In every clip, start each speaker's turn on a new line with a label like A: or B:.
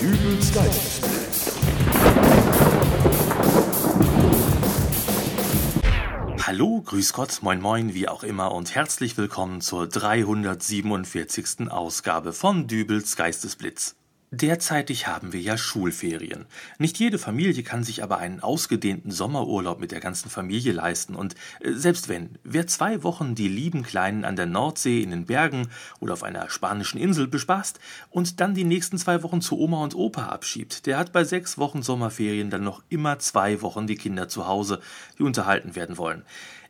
A: Übelst geil.
B: Hallo, grüß Gott, moin moin, wie auch immer und herzlich willkommen zur 347. Ausgabe von Dübels Geistesblitz. Derzeitig haben wir ja Schulferien. Nicht jede Familie kann sich aber einen ausgedehnten Sommerurlaub mit der ganzen Familie leisten und äh, selbst wenn, wer zwei Wochen die lieben Kleinen an der Nordsee in den Bergen oder auf einer spanischen Insel bespaßt und dann die nächsten zwei Wochen zu Oma und Opa abschiebt, der hat bei sechs Wochen Sommerferien dann noch immer zwei Wochen die Kinder zu Hause, die unterhalten werden wollen.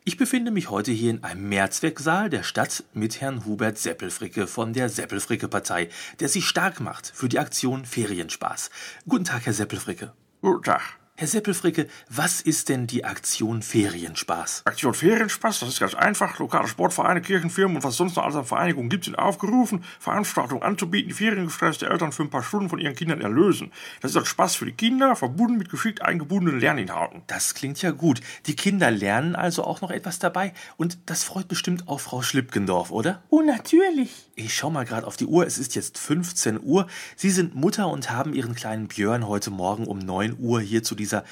B: Ich befinde mich heute hier in einem Mehrzwecksaal der Stadt mit Herrn Hubert Seppelfricke von der Seppelfricke-Partei, der sich stark macht für die Aktion Ferienspaß. Guten Tag, Herr Seppelfricke.
C: Guten Tag.
B: Herr Seppelfricke, was ist denn die Aktion Ferienspaß?
C: Aktion Ferienspaß, das ist ganz einfach. Lokale Sportvereine, Kirchenfirmen und was sonst noch alles an Vereinigungen gibt, sind aufgerufen, Veranstaltungen anzubieten, die Feriengestresste Eltern für ein paar Stunden von ihren Kindern erlösen. Das ist ein Spaß für die Kinder, verbunden mit geschickt eingebundenen Lerninhalten.
B: Das klingt ja gut. Die Kinder lernen also auch noch etwas dabei und das freut bestimmt auch Frau Schlipkendorf, oder?
D: Oh, natürlich.
B: Ich schau mal gerade auf die Uhr, es ist jetzt 15 Uhr. Sie sind Mutter und haben ihren kleinen Björn heute Morgen um 9 Uhr hier zu dieser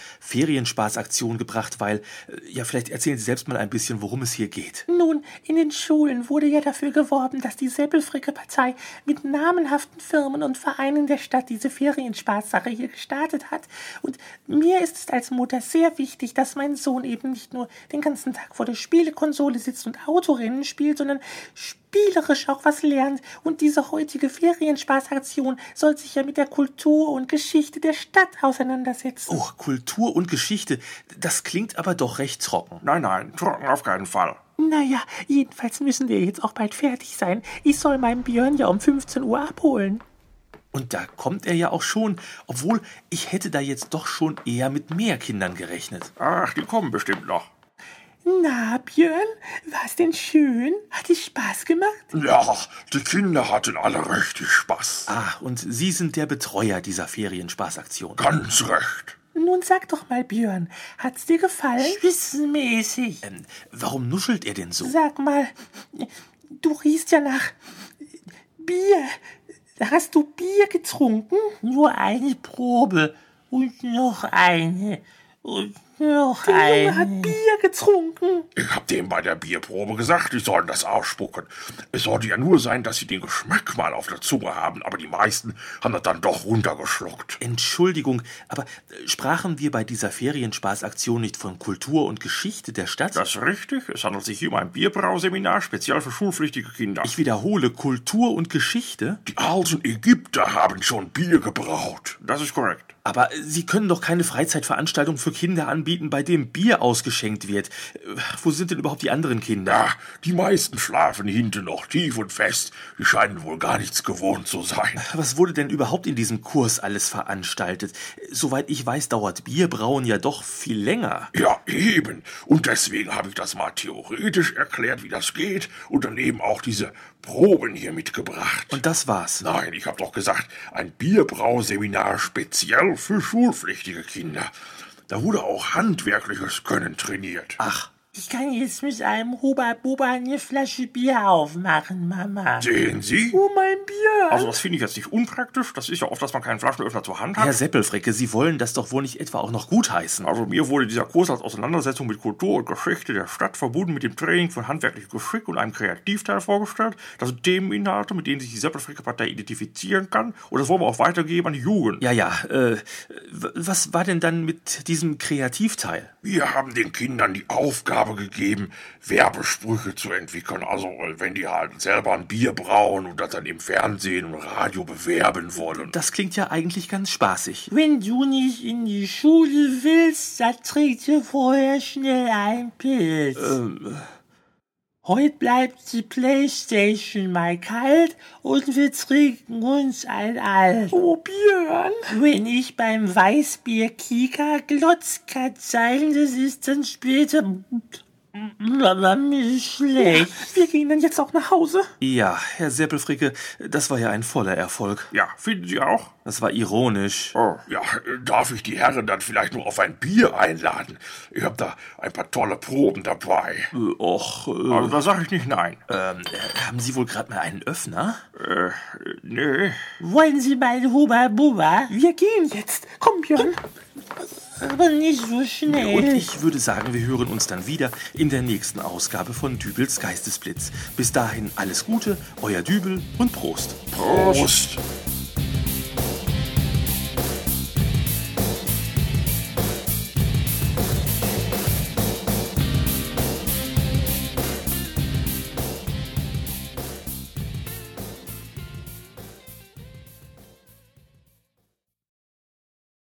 B: Ferienspaßaktion gebracht, weil, äh, ja, vielleicht erzählen Sie selbst mal ein bisschen, worum es hier geht.
D: Nun, in den Schulen wurde ja dafür geworben, dass die Seppelfricke-Partei mit namenhaften Firmen und Vereinen der Stadt diese Ferienspaßsache hier gestartet hat. Und mir ist es als Mutter sehr wichtig, dass mein Sohn eben nicht nur den ganzen Tag vor der Spielekonsole sitzt und Autorennen spielt, sondern spielerisch auch was lernt. Und diese heutige Ferienspaßaktion soll sich ja mit der Kultur und Geschichte der Stadt auseinandersetzen.
B: Oh, Kultur und Geschichte, das klingt aber doch recht trocken.
C: Nein, nein, trocken auf keinen Fall.
D: Naja, jedenfalls müssen wir jetzt auch bald fertig sein. Ich soll meinen Björn ja um 15 Uhr abholen.
B: Und da kommt er ja auch schon, obwohl ich hätte da jetzt doch schon eher mit mehr Kindern gerechnet.
C: Ach, die kommen bestimmt noch.
D: Na, Björn, war's denn schön? Hat es Spaß gemacht?
C: Ja, die Kinder hatten alle richtig Spaß.
B: Ah, und Sie sind der Betreuer dieser Ferienspaßaktion.
C: Ganz recht.
D: Nun sag doch mal, Björn, hat's dir gefallen? Spitzenmäßig.
B: Ähm, warum nuschelt er denn so?
D: Sag mal, du riechst ja nach Bier. Hast du Bier getrunken? Nur eine Probe und noch eine und noch Der Junge hat Bier getrunken.
C: Ich hab dem bei der Bierprobe gesagt, die sollen das ausspucken. Es sollte ja nur sein, dass sie den Geschmack mal auf der Zunge haben, aber die meisten haben das dann doch runtergeschluckt.
B: Entschuldigung, aber äh, sprachen wir bei dieser Ferienspaßaktion nicht von Kultur und Geschichte der Stadt?
C: Das ist richtig. Es handelt sich hier um ein Bierbrauseminar, speziell für schulpflichtige Kinder.
B: ich wiederhole, Kultur und Geschichte?
C: die alten Ägypter haben schon Bier gebraut. Das ist korrekt.
B: Aber äh, Sie können doch keine Freizeitveranstaltung für Kinder anbieten, bei dem Bier ausgeschenkt wird. Äh, Wo sind denn überhaupt die anderen Kinder?
C: Ja, die meisten schlafen hinten noch tief und fest. Die scheinen wohl gar nichts gewohnt zu sein.
B: Was wurde denn überhaupt in diesem Kurs alles veranstaltet? Äh, Soweit ich weiß, dauert Bierbrauen ja doch viel länger.
C: Ja, eben. Und deswegen habe ich das mal theoretisch erklärt, wie das geht und dann eben auch diese Proben hier mitgebracht.
B: Und das war's.
C: Nein, ich habe doch gesagt, ein Bierbrauseminar speziell für schulpflichtige Kinder. Da wurde auch handwerkliches Können trainiert.
B: Ach,
D: Ich kann jetzt mit einem Huba-Buba eine Flasche Bier aufmachen, Mama.
C: Sehen Sie?
D: Oh, mein Bier.
C: Also das finde ich jetzt nicht unpraktisch. Das ist ja oft, dass man keinen Flaschenöffner zur Hand
B: Herr
C: hat.
B: Seppelfricke, Sie wollen das doch wohl nicht etwa auch noch gutheißen.
C: Also mir wurde dieser Kurs als Auseinandersetzung mit Kultur und Geschichte der Stadt verbunden mit dem Training von handwerklichem Geschick und einem Kreativteil vorgestellt. Das sind Themeninhalte, mit denen sich die Seppelfricke Partei identifizieren kann. Und das wollen wir auch weitergeben an die Jugend.
B: Ja, ja, äh, w- was war denn dann mit diesem Kreativteil?
C: Wir haben den Kindern die Aufgabe gegeben, Werbesprüche zu entwickeln. Also äh, wenn die halt selber ein Bier brauen und das dann im Fernsehen und Radio bewerben wollen.
B: Das klingt ja eigentlich ganz spaßig.
D: Wenn du nicht in die Schule willst, dann trink dir vorher schnell einen Pilz. Ähm. Heute bleibt die Playstation mal kalt und wir trinken uns ein Alt. Oh, Björn! Wenn ich beim Weißbier Kika Glotzkat sein, das ist dann später... Aber mir ist schlecht. wir gehen dann jetzt auch nach Hause.
B: Ja, Herr Seppelfricke, das war ja ein voller Erfolg.
C: Ja, finden Sie auch?
B: Das war ironisch.
A: Oh, ja, äh, darf ich die Herren dann vielleicht nur auf ein Bier einladen? Ich habe da ein paar tolle Proben dabei.
B: Äh, Och, äh,
C: Also da sage ich nicht nein.
B: ähm, äh, haben Sie wohl gerade mal einen Öffner?
C: Äh, nee.
D: Wollen Sie mal Huba Buba? Wir gehen jetzt. Komm, Björn. Aber nicht so
B: Und
D: schnell.
B: ich würde sagen, wir hören uns dann wieder in der nächsten Ausgabe von Dübels Geistesblitz. Bis dahin alles Gute, euer Dübel und Prost.
A: Prost.